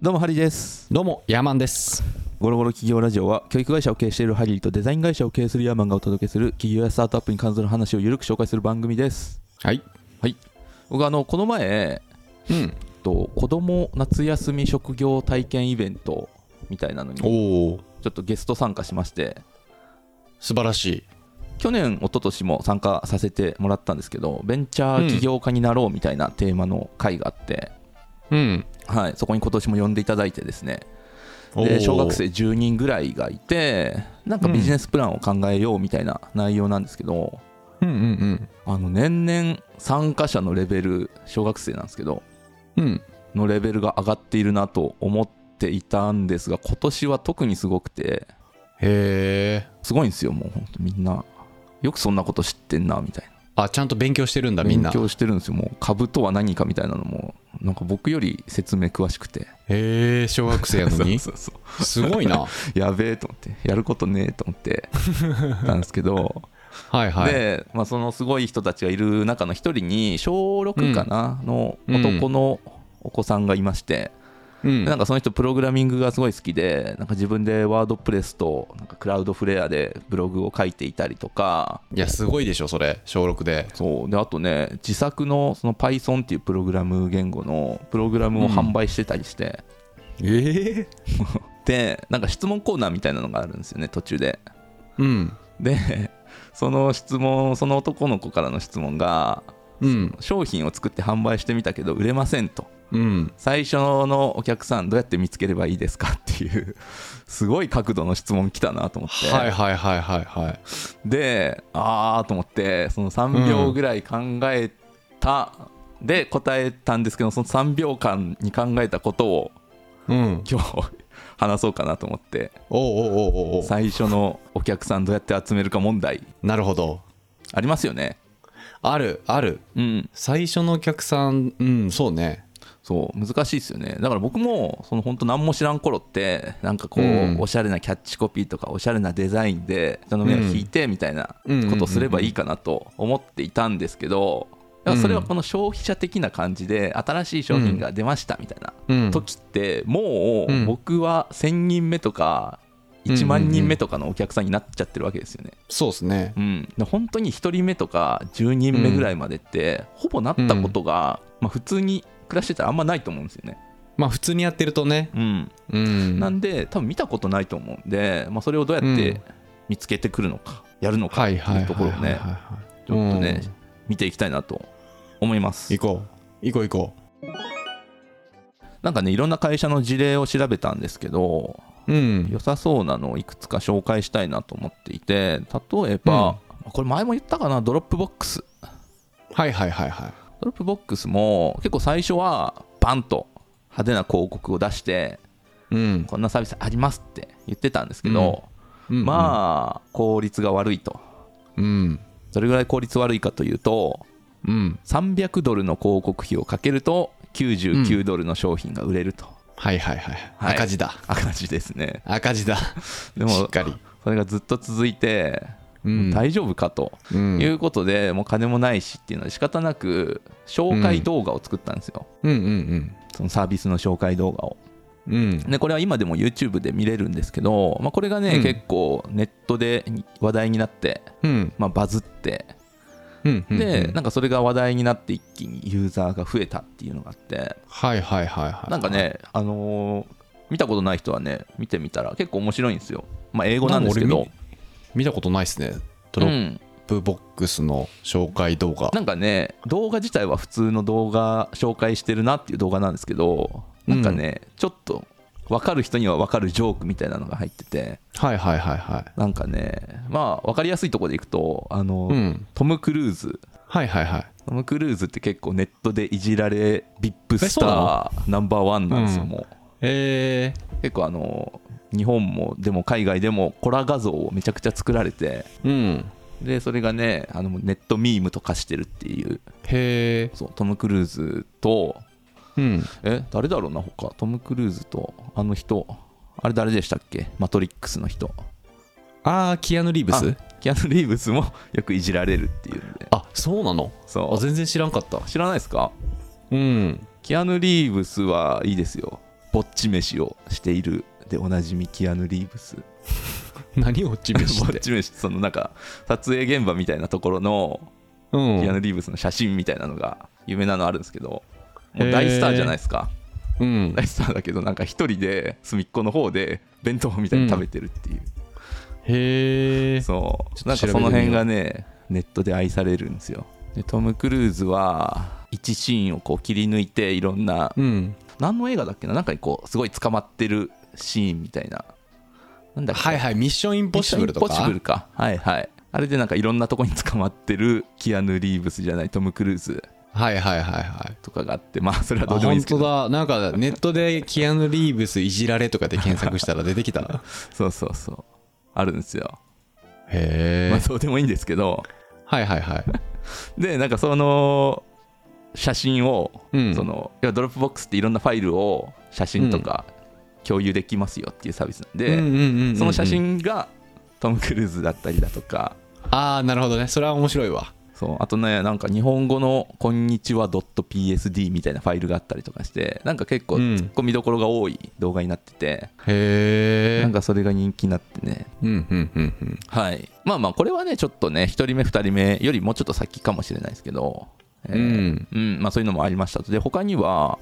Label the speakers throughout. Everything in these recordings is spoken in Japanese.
Speaker 1: どうもハリーです
Speaker 2: どうもヤーマンです
Speaker 1: ゴロゴロ企業ラジオは教育会社を経営しているハリーとデザイン会社を経営するヤーマンがお届けする企業やスタートアップに関する話をゆるく紹介する番組です
Speaker 2: はいはい
Speaker 1: 僕あのこの前
Speaker 2: うん
Speaker 1: と子供夏休み職業体験イベントみたいなのにちょ
Speaker 2: おお
Speaker 1: っとゲスト参加しまして
Speaker 2: 素晴らしい
Speaker 1: 去年一昨年も参加させてもらったんですけどベンチャー起業家になろうみたいなテーマの会があって、
Speaker 2: うん
Speaker 1: はい、そこに今年も呼んでいただいてですね
Speaker 2: お
Speaker 1: で
Speaker 2: ー
Speaker 1: 小学生10人ぐらいがいてなんかビジネスプランを考えようみたいな内容なんですけど、
Speaker 2: うんうん
Speaker 1: あの年々参加者のレベル小学生なんですけど
Speaker 2: うんうん
Speaker 1: のレベルが上がっているなと思っていたんですが今年は特にすごくて
Speaker 2: へえ
Speaker 1: すごいんですよもうほんとみんなよくそんなこと知ってんなみたい
Speaker 2: あちゃんと勉強してるんだ
Speaker 1: な
Speaker 2: みん
Speaker 1: 勉
Speaker 2: なへ
Speaker 1: 強してるんですよもう株とは何かみたいなのもなんか僕より説明詳しくて
Speaker 2: え小学生やの に
Speaker 1: そうそうそう
Speaker 2: すごいな
Speaker 1: やべえと思ってやることねえと思ってなんですけど
Speaker 2: はいはい
Speaker 1: で、まあ、そのすごい人たちがいる中の一人に小6かな、の男のお子さんがいまして、
Speaker 2: うん
Speaker 1: でなんかその人プログラミングがすごい好きでなんか自分でワードプレスとなんかクラウドフレアでブログを書いていたりとか
Speaker 2: いやすごいでしょそれ小6で
Speaker 1: そうであとね自作のその Python っていうプログラム言語のプログラムを販売してたりして、
Speaker 2: ええ
Speaker 1: でなんか質問コーナーみたいなのがあるんですよね途中で。
Speaker 2: うん
Speaker 1: でその質問その男の子からの質問が
Speaker 2: うん
Speaker 1: 商品を作って販売してみたけど売れませんと
Speaker 2: うん
Speaker 1: 最初のお客さんどうやって見つければいいですかっていう すごい角度の質問来たなと思って、
Speaker 2: はいはいはいはいはい
Speaker 1: でああと思ってその3秒ぐらい考えた、で答えたんですけどその3秒間に考えたことを
Speaker 2: うん
Speaker 1: 今日 話そうかなと思って
Speaker 2: おうおうおうおうおう
Speaker 1: 最初のお客さんどうやって集めるか問題
Speaker 2: なるほど
Speaker 1: ありますよね
Speaker 2: あるある
Speaker 1: うん
Speaker 2: 最初のお客さんうんそうね
Speaker 1: そう難しいですよねだから僕もその本当何も知らん頃ってなんかこう、
Speaker 2: うん
Speaker 1: おしゃれなキャッチコピーとかおしゃれなデザインで人の目を引いてみたいな
Speaker 2: うん
Speaker 1: ことをすればいいかなと思っていたんですけど、
Speaker 2: うんうん
Speaker 1: それはこの消費者的な感じで新しい商品が出ましたみたいな
Speaker 2: うん
Speaker 1: 時っても
Speaker 2: うん
Speaker 1: う僕は1000人目とか1万人目とかのお客さんになっちゃってるわけですよね。
Speaker 2: そうですね
Speaker 1: うん、で本当に1人目とか10人目ぐらいまでって、ほぼなったことが、まあ、普通に暮らしてたらあんまないと思うんですよね。
Speaker 2: まあ普通にやってるとね、
Speaker 1: うん、
Speaker 2: うん、
Speaker 1: なんで多分見たことないと思うんで、まあ、それをどうやっ
Speaker 2: うん
Speaker 1: て見つけてくるのか、やるのかっ
Speaker 2: は
Speaker 1: て
Speaker 2: いはいいう
Speaker 1: ところをねちょっとね、見ていきたいなと思います
Speaker 2: 行こう行こう行こ
Speaker 1: なんかねいろんな会社の事例を調べたんですけど
Speaker 2: ううん
Speaker 1: 良さそうなのをいくつか紹介したいなと思っていて例えば、これ前も言ったかなドロップボックス
Speaker 2: はいはいはいはい
Speaker 1: ドロップボックスも結構最初はバンと派手な広告を出して
Speaker 2: うん、
Speaker 1: こんなサービスありますって言ってたんですけど、
Speaker 2: あ
Speaker 1: まあ効率が悪いと
Speaker 2: うん
Speaker 1: どれぐらい効率悪いかというと
Speaker 2: うん
Speaker 1: 300ドルの広告費をかけると99ドルの商品が売れると、
Speaker 2: はいはいはい、
Speaker 1: はい
Speaker 2: 赤字だ
Speaker 1: 赤字ですね
Speaker 2: 赤字だし
Speaker 1: でも
Speaker 2: っかり
Speaker 1: それがずっと続いて、
Speaker 2: うん
Speaker 1: 大丈夫かと
Speaker 2: うん
Speaker 1: いうことで、もう金もないしっていうので仕方なく紹介動画を作ったんですよ、
Speaker 2: うんうん
Speaker 1: そのサービスの紹介動画を
Speaker 2: うんうん
Speaker 1: でこれは今でも YouTube で見れるんですけど、まあ、これがね、
Speaker 2: うん
Speaker 1: 結構ネットで話題になって、
Speaker 2: うん
Speaker 1: まあ、バズって
Speaker 2: うんうん
Speaker 1: で、
Speaker 2: うん
Speaker 1: なんかそれが話題になって一気にユーザーが増えたっていうのがあって
Speaker 2: はいはいはいはい
Speaker 1: なんかね、あのー見たことない人はね、見てみたら結構面白いんですよ。まあ、英語なんですけ
Speaker 2: な
Speaker 1: ど
Speaker 2: んか、俺見見たことないですねド
Speaker 1: う
Speaker 2: ロッ
Speaker 1: ん、
Speaker 2: プボックスの紹介動画、
Speaker 1: なんかね、動画自体は普通の動画紹介してるなっていう動画なんですけど、なんかね、ちょっと分かる人には分かるジョークみたいなのが入ってて、
Speaker 2: はいはいはいは
Speaker 1: なんかね、まあ、分かりやすいところでいくと、あの
Speaker 2: いうん
Speaker 1: トム・クルーズ。
Speaker 2: はいはいはい
Speaker 1: トム・クルーズって結構ネットでいじられビップ
Speaker 2: え
Speaker 1: ス
Speaker 2: そうな
Speaker 1: ターナンバーワンなんですよ、
Speaker 2: うん
Speaker 1: もう
Speaker 2: え
Speaker 1: 結構あの日本もでも海外でもコラ画像をめちゃくちゃ作られて
Speaker 2: ー、うん
Speaker 1: でそれがねあのネットミームと化してるっていう
Speaker 2: へえ
Speaker 1: そうトム・クルーズと
Speaker 2: うん
Speaker 1: え誰だろうな他トム・クルーズとあの人あれ誰でしたっけマトリックスの人
Speaker 2: ああキアヌ・リーブス
Speaker 1: あキアヌ・リーブスも よくいじられるっていうんで
Speaker 2: あそうなの
Speaker 1: そ
Speaker 2: あ全然知らんかった
Speaker 1: う知らないですか
Speaker 2: うん
Speaker 1: キアヌ・リーブスはいいですよぼっち飯をしているでおなじみキアヌ・リーブス
Speaker 2: 何をチメし
Speaker 1: ぼ
Speaker 2: て
Speaker 1: っち飯そのなんか撮影現場みたいなところの
Speaker 2: う
Speaker 1: キア
Speaker 2: ん
Speaker 1: ヌ・リーブスの写真みたいなのが有名なのあるんですけども
Speaker 2: へ
Speaker 1: う
Speaker 2: ー
Speaker 1: 大スターじゃないですか
Speaker 2: うん
Speaker 1: 大スターだけどなんか一人で隅っこの方で弁当みたいに食べてるっていう、
Speaker 2: へえ
Speaker 1: そ
Speaker 2: ちょっ
Speaker 1: う
Speaker 2: と
Speaker 1: なんかその辺がねネットで愛されるんですよでトム・クルーズは1シーンをこう切り抜いていろんな
Speaker 2: うん
Speaker 1: 何の映画だっけななんかにこうすごい捕まってるシーンみたいななんだっけ
Speaker 2: はいはいミッションインポッシブルとか
Speaker 1: ミッションインポッシブルかはいはいあれでなんかいろんなとこに捕まってるキアヌ・リーブスじゃないトム・クルーズ
Speaker 2: はいはいはいはい
Speaker 1: とかがあってまあそれはど
Speaker 2: あ
Speaker 1: うでもいいん
Speaker 2: 本
Speaker 1: ですけ
Speaker 2: 当
Speaker 1: ど
Speaker 2: だなんかネットでキアヌ・リーブスいじられとかで検索したら出て きた
Speaker 1: そうそうそうあるんですよ、
Speaker 2: へ
Speaker 1: まあ
Speaker 2: え
Speaker 1: どうでもいいんですけど
Speaker 2: はいはいはい
Speaker 1: でなんかその写真を、
Speaker 2: うん
Speaker 1: その要はドロップボックスっていろんなファイルを写真とか共有できますよっていうサービスなんで、
Speaker 2: うんうんうんうんうん
Speaker 1: その写真がトム・クルーズだったりだとか
Speaker 2: ああなるほどねそれは面白いわ
Speaker 1: そうあとねなんか日本語の「こんにちは .psd」みたいなファイルがあったりとかしてなんか結構
Speaker 2: う
Speaker 1: ツ
Speaker 2: ん
Speaker 1: ッコミどころが多い動画になってて、
Speaker 2: へえ
Speaker 1: なんかそれが人気になってね
Speaker 2: うんうんうんうん
Speaker 1: はいまあまあこれはねちょっとね1人目2人目よりもうちょっと先かもしれないですけど、えー
Speaker 2: うん
Speaker 1: うんまあ、そういうのもありましたとで他には、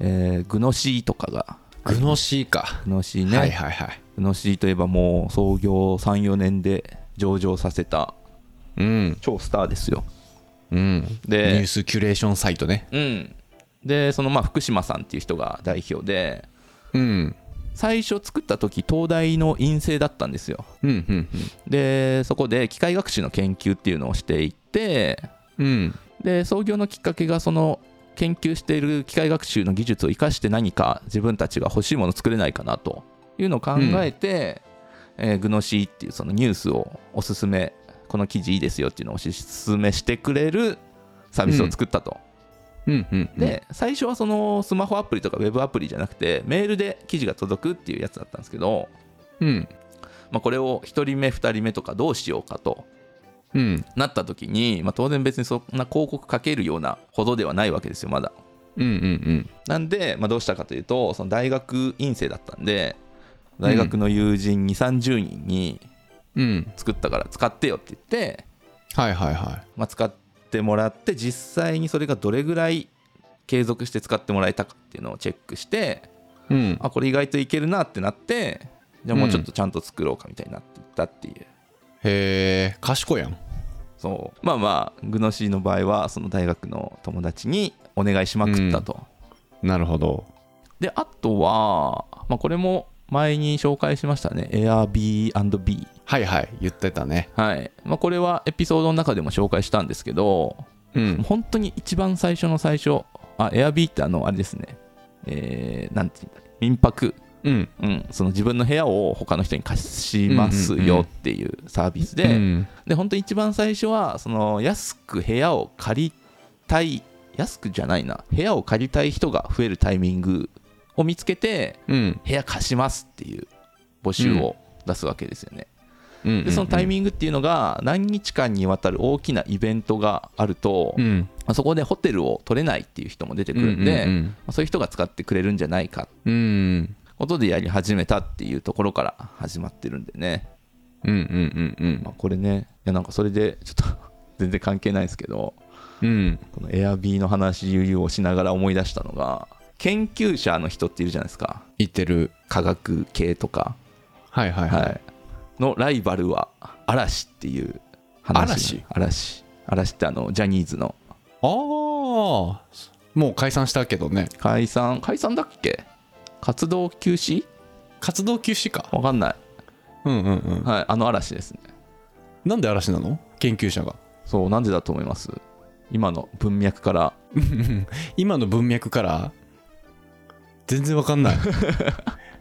Speaker 1: えーグノシーとかが
Speaker 2: グノシーか
Speaker 1: グノシーね、
Speaker 2: はいはいはい
Speaker 1: グノシーといえばもう創業34年で上場させた
Speaker 2: うん
Speaker 1: 超スターですよ
Speaker 2: うん
Speaker 1: で
Speaker 2: ニュースキュレーションサイトね
Speaker 1: うんでそのまあ福島さんっていう人が代表で
Speaker 2: うん
Speaker 1: 最初作った時東大の院生だったんですよ
Speaker 2: うんうん
Speaker 1: でそこで機械学習の研究っていうのをしていて
Speaker 2: うんうん
Speaker 1: で創業のきっかけがその研究している機械学習の技術を生かして何か自分たちが欲しいものを作れないかなというのを考えて、えーグノシーっていうそのニュースをおすすめこの記事いいですよっていうのをおすすめしてくれるサービスを作ったと、
Speaker 2: うんうんうん
Speaker 1: で最初はそのスマホアプリとかウェブアプリじゃなくてメールで記事が届くっていうやつだったんですけど、
Speaker 2: うん
Speaker 1: まあ、これを1人目2人目とかどうしようかと
Speaker 2: うん
Speaker 1: なった時に、まあ、当然別にそんな広告かけるようなほどではないわけですよまだ
Speaker 2: うんうん
Speaker 1: なんで、まあ、どうしたかというとその大学院生だったんで大学の友人に30人に
Speaker 2: うんうん
Speaker 1: 作ったから使ってよって言って、
Speaker 2: はいはいは
Speaker 1: まあ、使ってもらって実際にそれがどれぐらい継続して使ってもらえたかっていうのをチェックして
Speaker 2: いうん
Speaker 1: あこれ意外といけるなってなってじゃあもうちょっとちゃんと作ろうかみたいになっていったっていう、
Speaker 2: へえ賢いやん
Speaker 1: そうまあまあグノシーの場合はその大学の友達にお願いしまくったと、
Speaker 2: なるほど
Speaker 1: であとは、まあ、これも前に紹介しましたね Airbnb
Speaker 2: はいはい言ってたね
Speaker 1: はい、まあ、これはエピソードの中でも紹介したんですけど
Speaker 2: う
Speaker 1: もうん本当に一番最初の最初あ Airb ってあのあれですねえー、なんて言うんだっけ民泊
Speaker 2: うん
Speaker 1: うん、その自分の部屋を他の人に貸しますよっていうサービスで、
Speaker 2: うん
Speaker 1: で本当に一番最初はその安く部屋を借りたい安くじゃないな部屋を借りたい人が増えるタイミングを見つけて
Speaker 2: うん
Speaker 1: 部屋貸しますっていう募集を出すわけですよね、
Speaker 2: うん
Speaker 1: でそのタイ
Speaker 2: ミ
Speaker 1: ミングっていうのが何日間にわたる大きなイベントがあると、ま
Speaker 2: うん
Speaker 1: あそこでホテルを取れないっていう人も出てくるんで、
Speaker 2: う
Speaker 1: ま
Speaker 2: ん
Speaker 1: あそういう人が使ってくれるんじゃないか
Speaker 2: うんうん
Speaker 1: ことでやり始めたっていうところから始まってるんでね、
Speaker 2: うんうんうん
Speaker 1: まあ、これねいやなんかそれでちょっと 全然関係ないですけど
Speaker 2: うんうん
Speaker 1: この Airb の話をしながら思い出したのが研究者の人っているじゃないですか
Speaker 2: 言ってる
Speaker 1: 科学系とか、
Speaker 2: はいはい
Speaker 1: は
Speaker 2: はい
Speaker 1: い、のライバルは嵐っていう話
Speaker 2: 嵐
Speaker 1: 嵐嵐ってあのジャニーズの
Speaker 2: ああもう解散したけどね
Speaker 1: 解散解散だっけ活動休止
Speaker 2: 活動休止か
Speaker 1: わかんない、
Speaker 2: うんうんうん
Speaker 1: はい、あの嵐ですね
Speaker 2: なんで嵐なの研究者が
Speaker 1: そうなんでだと思います今の文脈から
Speaker 2: 今の文脈から全然わかんない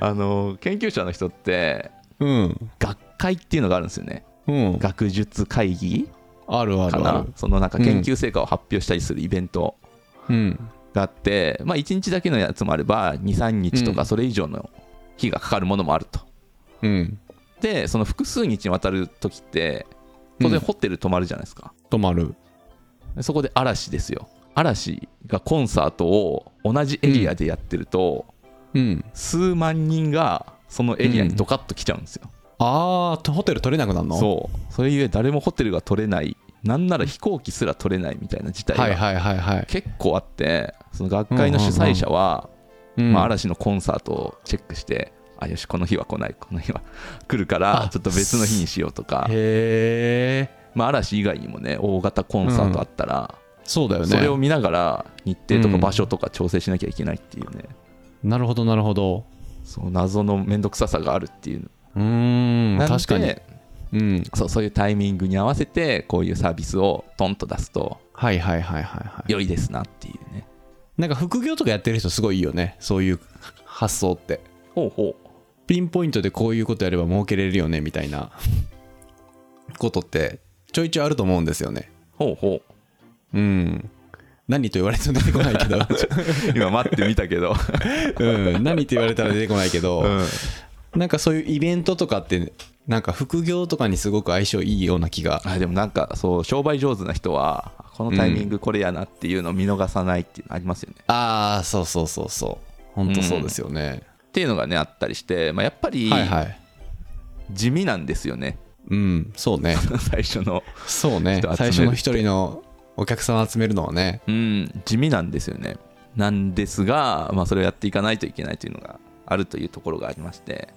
Speaker 1: あの研究者の人って
Speaker 2: うん
Speaker 1: 学会っていうのがあるんですよね
Speaker 2: うん
Speaker 1: 学術会議
Speaker 2: あるあ
Speaker 1: か
Speaker 2: るあ
Speaker 1: な
Speaker 2: る
Speaker 1: そのなんか研究成果を発表したりするイベント
Speaker 2: うん
Speaker 1: があって、まあ1日だけのやつもあれば23日とかそれ以上の日がかかるものもあると、
Speaker 2: うん
Speaker 1: でその複数日にわたる時って当然
Speaker 2: うん
Speaker 1: ホテル泊まるじゃないですか、
Speaker 2: 止まる
Speaker 1: でそこで嵐ですよ嵐がコンサートを同じエリアでやってると、
Speaker 2: うん。
Speaker 1: 数万人がそのエリアにドカッと来ちゃうんですよ、
Speaker 2: あー、とホテル取れなくなるの
Speaker 1: そうそれゆえ誰もホテルが取れないなんなら飛行機すら取れないみたいな事態
Speaker 2: はい
Speaker 1: が
Speaker 2: はいはいはい。
Speaker 1: 結構あってその学会の主催者は、
Speaker 2: うん
Speaker 1: まあ、嵐のコンサートをチェックして、あよしこの日は来ないこの日は来るから
Speaker 2: あ
Speaker 1: ちょっと別の日にしようとか、
Speaker 2: へえ。
Speaker 1: まあ、嵐以外にもね大型コンサートあったら、
Speaker 2: そうだよね。
Speaker 1: それを見ながら日程と
Speaker 2: う
Speaker 1: か
Speaker 2: ん
Speaker 1: 場所とか調整しなきゃいけないっていうね、
Speaker 2: なるほどなるほど。
Speaker 1: その謎の面倒くささがあるっていう
Speaker 2: うーん、
Speaker 1: なんで
Speaker 2: 確かに。うん。
Speaker 1: そうそういうタイミングに合わせてこういうサービスをトンと出すと
Speaker 2: はいはいはいはいはい。
Speaker 1: 良いですなっていうね
Speaker 2: なんか副業とかやってる人すごいいいよね。そういう発想って。
Speaker 1: ほうほう
Speaker 2: ピンポイントでこういうことやれば儲けれるよねみたいなことってちょいちょいあると思うんですよね。
Speaker 1: ほうほう
Speaker 2: うん。何と言われても出てこな いけど、
Speaker 1: 今待ってみたけ ど、
Speaker 2: うん、何と言われたら出てこないけど、なんかそういうイベントとかってなんか副業とかにすごく相性いいような気が
Speaker 1: あでもなんかそう商売上手な人はこのタイミングこれやなっていうのを見逃さないっていうのありますよね、
Speaker 2: ああそうそうそうそう本当そうですよね、
Speaker 1: っていうのがねあったりして、まあ、やっぱり
Speaker 2: はいはい
Speaker 1: 地味なんですよね、
Speaker 2: うんそうね
Speaker 1: 最初の
Speaker 2: そう
Speaker 1: 人
Speaker 2: ね
Speaker 1: 集める
Speaker 2: 最初の一人のお客さんを集めるのはね
Speaker 1: うん地味なんですよねなんですが、まあ、それをやっていかないといけないというのがあるというところがありまして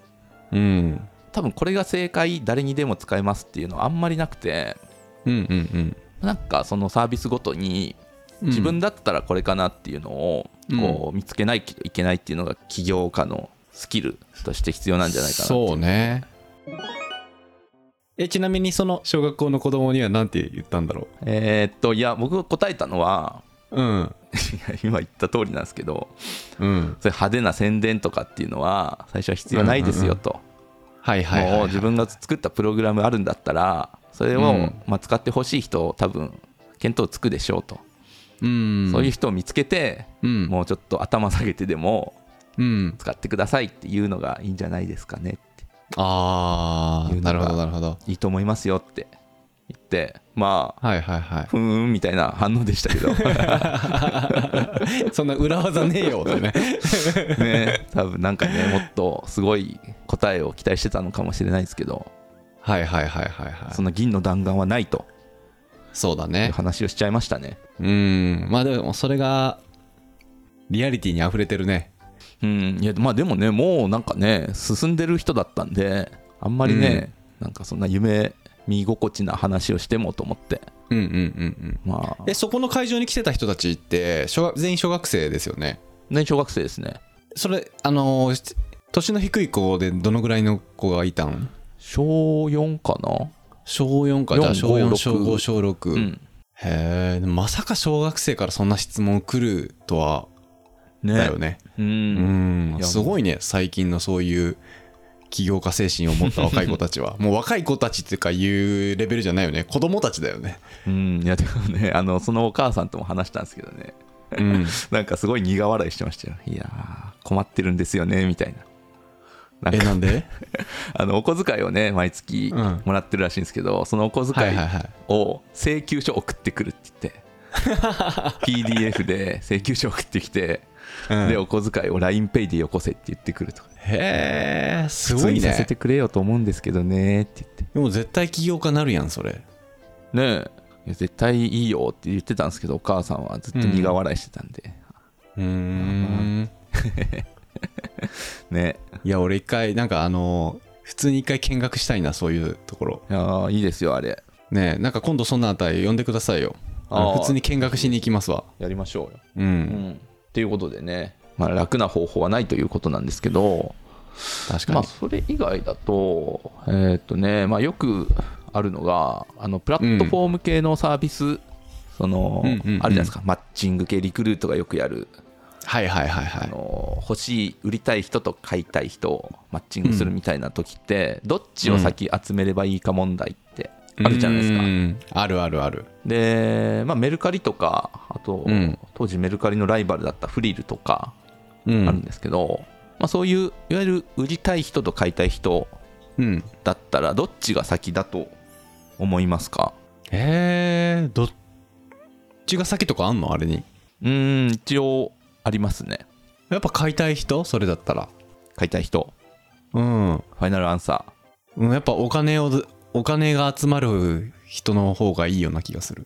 Speaker 2: うん
Speaker 1: 多分これが正解誰にでも使えますっていうのはあんまりなくて
Speaker 2: うんうん
Speaker 1: なんかそのサービスごとに
Speaker 2: うん
Speaker 1: 自分だったらこれかなっていうのを
Speaker 2: うん
Speaker 1: こう見つけないといけないっていうのが起業家のスキルとして必要なんじゃないかな
Speaker 2: そうねえちなみにその小学校の子供には何て言ったんだろ
Speaker 1: えーっといや僕が答えたのは
Speaker 2: ううん
Speaker 1: いや今言った通りなんですけど
Speaker 2: うん
Speaker 1: それ派手な宣伝とかっていうのは最初は必要ないですよと
Speaker 2: はいはいはい、はい、
Speaker 1: もう自分が作ったプログラムあるんだったらそれ
Speaker 2: う
Speaker 1: を
Speaker 2: ん
Speaker 1: まあ使ってほしい人多分見当つくでしょうと
Speaker 2: うん
Speaker 1: そういう人を見つけて
Speaker 2: うん
Speaker 1: もうちょっと頭下げてでも
Speaker 2: うん
Speaker 1: 使ってくださいっていうのがいいんじゃないですかねって
Speaker 2: ああ
Speaker 1: 言うの
Speaker 2: な
Speaker 1: が
Speaker 2: るほどなるほど
Speaker 1: いいと思いますよって言ってまあ
Speaker 2: はいはいは
Speaker 1: ふーんみたいな反応でしたけ ど
Speaker 2: い そんな裏技ねえよってね
Speaker 1: ね多分なんかねもっとすごい答えを期待してたのかもしれないですけど
Speaker 2: はいはいはいはいはい
Speaker 1: その銀の弾丸はないと
Speaker 2: そうだ
Speaker 1: いう
Speaker 2: ね
Speaker 1: 話をしちゃいましたね
Speaker 2: うんまあでもそれがリアリティに溢れてるね
Speaker 1: うんいやまあでもねもうなんかね進んでる人だったんであんまりね、なんかそんな夢見心地な話をしてもと思って
Speaker 2: うんうんうんうん
Speaker 1: まあ
Speaker 2: えそこの会場に来てた人たちって小学全員小学生ですよね
Speaker 1: ね小学生ですね
Speaker 2: それあのーし年の低い子でどのぐらいの子がいたん
Speaker 1: 小4かな
Speaker 2: 小4かじゃあ
Speaker 1: 4
Speaker 2: 小4
Speaker 1: 5
Speaker 2: 小5小6、
Speaker 1: うん
Speaker 2: へえでもまさか小学生からそんな質問来るとは
Speaker 1: ね
Speaker 2: だよね
Speaker 1: う
Speaker 2: うんん
Speaker 1: いや
Speaker 2: すごいね最近のそういう起業家精神を持った若い子たちはもう若い子たちっていうかいうレベルじゃないよね子供たちだよね
Speaker 1: うんいやでもねあのそのお母さんとも話したんですけどね
Speaker 2: うん
Speaker 1: なんかすごい苦笑いしてましたよいやー困ってるんですよねみたいなな
Speaker 2: え
Speaker 1: んか
Speaker 2: なんで
Speaker 1: あのお小遣いをね毎月
Speaker 2: うん
Speaker 1: もらってるらしいんですけど、そのお小
Speaker 2: は
Speaker 1: 遣
Speaker 2: い
Speaker 1: い
Speaker 2: はいはい
Speaker 1: を請求書送ってくるって 言って PDF で請求書送ってきて、
Speaker 2: うん
Speaker 1: でお小遣いを LINEPay でよこせって言ってくるとか
Speaker 2: へえす
Speaker 1: 普
Speaker 2: ご
Speaker 1: 通
Speaker 2: い
Speaker 1: にさせ
Speaker 2: ね
Speaker 1: てくれよと思うんですけどねって言って
Speaker 2: でも絶対起業家なるやんそれ
Speaker 1: ねえいや絶対いいよって言ってたんですけどお母さんはずっと苦笑いしてたんで、
Speaker 2: うーん
Speaker 1: ね
Speaker 2: いや俺一回なんかあの普通に一回見学したいなそういうところ
Speaker 1: いやーいいですよあれ
Speaker 2: ねえなんか今度そんなあたり呼んでくださいよあの
Speaker 1: あー
Speaker 2: 普通に見学しに行きますわ
Speaker 1: やりましょうよ
Speaker 2: う
Speaker 1: うんん、っていうことでね、まあ、楽な方法はないということなんですけど、
Speaker 2: 確か
Speaker 1: まあ、
Speaker 2: に
Speaker 1: それ以外だと、えーっとねまあ、よくあるのがあのプラットフォーム系のサービス、その
Speaker 2: う
Speaker 1: あ
Speaker 2: んうん
Speaker 1: る
Speaker 2: う
Speaker 1: じゃ
Speaker 2: ん
Speaker 1: ないですか、マッチング系リクルートがよくやる、
Speaker 2: はいはいはい
Speaker 1: あ
Speaker 2: は
Speaker 1: の欲しい売りたい人と買いたい人をマッチングするみたいな時って、どっちを先集めればいいか問題って
Speaker 2: い
Speaker 1: あるじゃないですか、
Speaker 2: うんあるあるある
Speaker 1: で、まあ、メルカリとかあと、
Speaker 2: うん
Speaker 1: 当時メルカリのライバルだったフリルとか
Speaker 2: うん
Speaker 1: あるんですけど、まあ、そういういわゆる売りたい人と買いたい人
Speaker 2: うん
Speaker 1: だったらどっちが先だと思いますか
Speaker 2: へえどっちが先とかあんのあれに
Speaker 1: うーん一応ありますね
Speaker 2: やっぱ買いたい人それだったら
Speaker 1: 買いたい人
Speaker 2: うん
Speaker 1: ファイナルアンサ
Speaker 2: うんやっぱお金をお金が集まる人の方がいいような気がする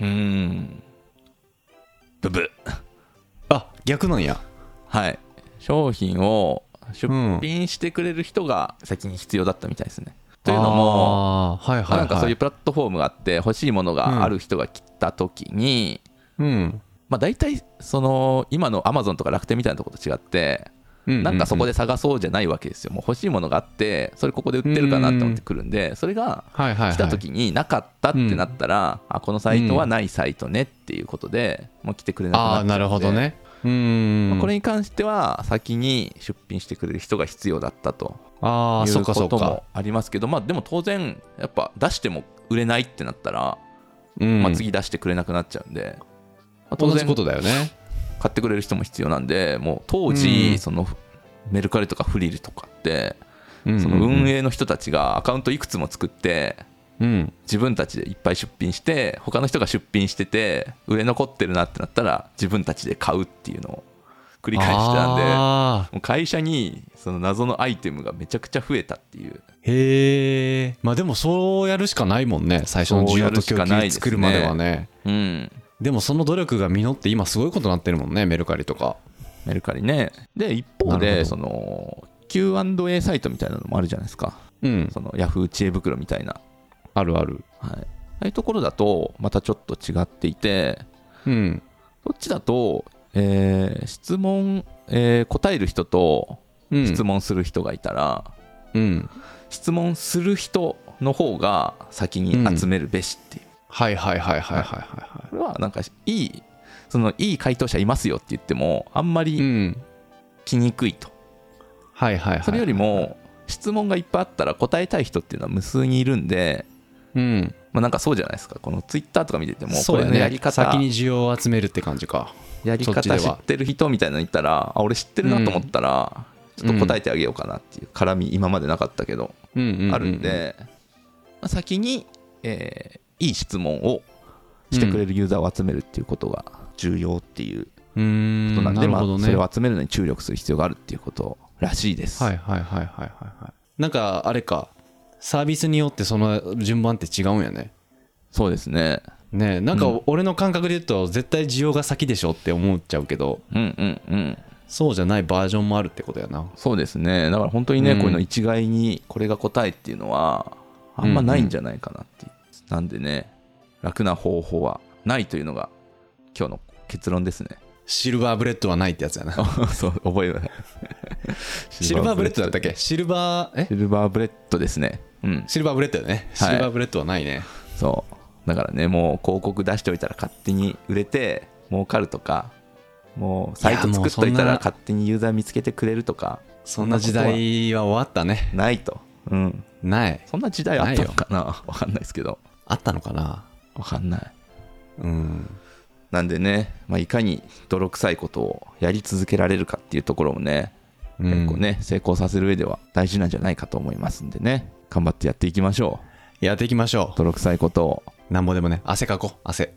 Speaker 1: ーうーんブブ
Speaker 2: あ逆なんや
Speaker 1: はい商品を出
Speaker 2: うん
Speaker 1: 品してくれる人が先に必要だったみたいですね、というのも
Speaker 2: あーはいはい、はい、
Speaker 1: なんかそういうプラットフォームがあって欲しいものがある人が来た時に、
Speaker 2: うん
Speaker 1: まあ大体その今のアマゾンとか楽天みたいなとこと違って
Speaker 2: うう
Speaker 1: なんかそこ
Speaker 2: で
Speaker 1: で探そうじゃないわけですよもう欲しいものがあってそれここで売ってるかなと思ってくるんでそれが
Speaker 2: はいはいはい
Speaker 1: 来た時になかったってなったらあこのサイトはないサイトねっていうことでもう来てくれなくなっち
Speaker 2: あ
Speaker 1: ゃう
Speaker 2: あ
Speaker 1: んで
Speaker 2: なるほどねう
Speaker 1: ま
Speaker 2: ん
Speaker 1: あこれに関しては先に出品してくれる人が必要だったと
Speaker 2: ああ
Speaker 1: い
Speaker 2: そう
Speaker 1: う
Speaker 2: かそ
Speaker 1: こ
Speaker 2: う
Speaker 1: と
Speaker 2: か
Speaker 1: もありますけどまあでも当然やっぱ出しても売れないってなったら
Speaker 2: うん
Speaker 1: まあ、次出してくれなくなっちゃうんで、まあ当
Speaker 2: 同じ
Speaker 1: 然
Speaker 2: ことだよね
Speaker 1: 買ってくれる人も必要なんでもう当
Speaker 2: う
Speaker 1: 時
Speaker 2: ん
Speaker 1: そのメルカリとかフリルとかってそ
Speaker 2: そ
Speaker 1: の運
Speaker 2: 営
Speaker 1: 営の人たちがアカウントいくつも作って
Speaker 2: うん
Speaker 1: 自分たちでいっぱい出品して他の人が出品してて売れ残ってるなってなったら自分たちで買うっていうのを繰り返してたんで
Speaker 2: あ
Speaker 1: もう会社にその謎のアイテムがめちゃくちゃ増えたっていう
Speaker 2: ーへえまあでもそうやるしかないもんね最初の需要
Speaker 1: そ
Speaker 2: と
Speaker 1: うや
Speaker 2: 供
Speaker 1: るしかない
Speaker 2: 給
Speaker 1: ですね
Speaker 2: 作るまではね
Speaker 1: うん
Speaker 2: でもその努力が実って今すごいことになってるもんねメルカリとか
Speaker 1: メルカリねで一方でその Q&A サイトみたいなのもあるじゃないですか
Speaker 2: うん
Speaker 1: そのヤフー知恵袋みたいな、
Speaker 2: あるある
Speaker 1: はい、ああいうところだとまたちょっと違っていて
Speaker 2: うん
Speaker 1: そっちだと、えー質問、えー答える人と
Speaker 2: うん
Speaker 1: 質問する人がいたら、
Speaker 2: うん
Speaker 1: 質問する人の方が先に集めるべしっていう、
Speaker 2: はいはいはいはいはいは
Speaker 1: これはなんかいいそのいい回答者いますよって言ってもあんま
Speaker 2: いう
Speaker 1: り
Speaker 2: ん
Speaker 1: 来にくいと、
Speaker 2: はいはいはい
Speaker 1: それよりも質問がいっぱいあったら答えたい人っていうのは無数にいるんで、
Speaker 2: うん
Speaker 1: まあ、なんかそうじゃないですかこのツイッターとか見ててもこ
Speaker 2: そう
Speaker 1: れ
Speaker 2: だ
Speaker 1: の
Speaker 2: ね
Speaker 1: やり方
Speaker 2: 先に需要を集めるって感じか
Speaker 1: やり
Speaker 2: そっ
Speaker 1: 方
Speaker 2: ちでは
Speaker 1: 知ってる人みたいなのいたらあ俺知ってるなと思ったら、
Speaker 2: うん
Speaker 1: ちょっと答えてあげようかなっていう絡み今までなかったけど、
Speaker 2: うんうんうん
Speaker 1: あるんで、まあ先に、えーいい質問をしてくれるユーザーを集めるっていうことが重要っていうこ
Speaker 2: うーん
Speaker 1: となんで、
Speaker 2: なる
Speaker 1: まあ
Speaker 2: ほどね
Speaker 1: それを集めるのに注力する必要があるっていうことらしいです、
Speaker 2: はいはいはいはいはいはいなんかあれかサービスによってその順番って違うんやね
Speaker 1: そうですね
Speaker 2: ねえなんか
Speaker 1: うん
Speaker 2: 俺の感覚で言うと絶対需要が先でしょって思っちゃうけど
Speaker 1: うんうんうん
Speaker 2: そうじゃないバージョンもあるってことやな
Speaker 1: そうですねだから本当にね、
Speaker 2: うん
Speaker 1: こういうの一概にこれが答えっていうのはあんまないんじゃないかなっていう、なんでね楽な方法はないというのが今日の結論ですね
Speaker 2: シルバーブレッドはないってやつやな
Speaker 1: そう覚えてない
Speaker 2: シルバーブレッドだったっ
Speaker 1: け
Speaker 2: けシルバーえ
Speaker 1: シルバーブレッドですねうん
Speaker 2: シルバーブレッドだねシ
Speaker 1: はい
Speaker 2: ルバーブレッドはないね、
Speaker 1: そうだからねもう広告出しておいたら勝手に売れて儲かるとかもうサイト作っといた
Speaker 2: いやもうそんな
Speaker 1: ら勝手にユーザー見つけてくれるとか
Speaker 2: そんな時代は終わったね
Speaker 1: ないとうん
Speaker 2: ない
Speaker 1: そんな時代あったのかなわかんないですけど
Speaker 2: あったのかな
Speaker 1: わかんない
Speaker 2: うん
Speaker 1: なんでね、まあ、いかに泥臭いことをやり続けられるかっていうところもね、
Speaker 2: うん
Speaker 1: 結構ね、成功させる上では大事なんじゃないかと思いますんでね、頑張ってやっていきましょ
Speaker 2: やっていきましょ
Speaker 1: う。泥臭いことを。
Speaker 2: うなんぼでもね汗かこう汗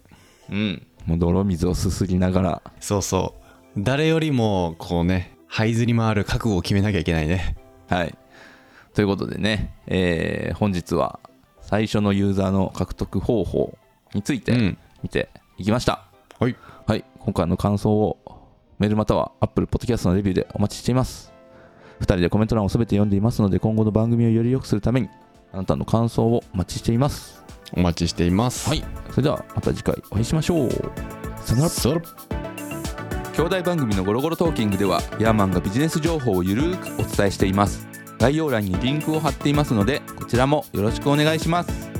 Speaker 1: うん。もう泥水をすすりながら、
Speaker 2: そうそう誰よりもこうね這いずり回る覚悟を決めなきゃいけないね
Speaker 1: はい。ということでね、えー本日は最初のユーザーの獲得方法について
Speaker 2: ん
Speaker 1: 見ていきました。
Speaker 2: はい
Speaker 1: はい、今回の感想をメールまたは Apple Podcast のレビューでお待ちしています。2人でコメント欄を全て読んでいますので、今後の番組をより良くするために、あなたの感想をお待ちしています。
Speaker 2: お待ちしています
Speaker 1: はい、それではまた次回お会いしましょう。さよなら。
Speaker 2: そろ
Speaker 1: 兄弟番組のゴロゴロトーキングではヤーマンがビジネス情報をゆるーくお伝えしています概要欄にリンクを貼っていますのでこちらもよろしくお願いします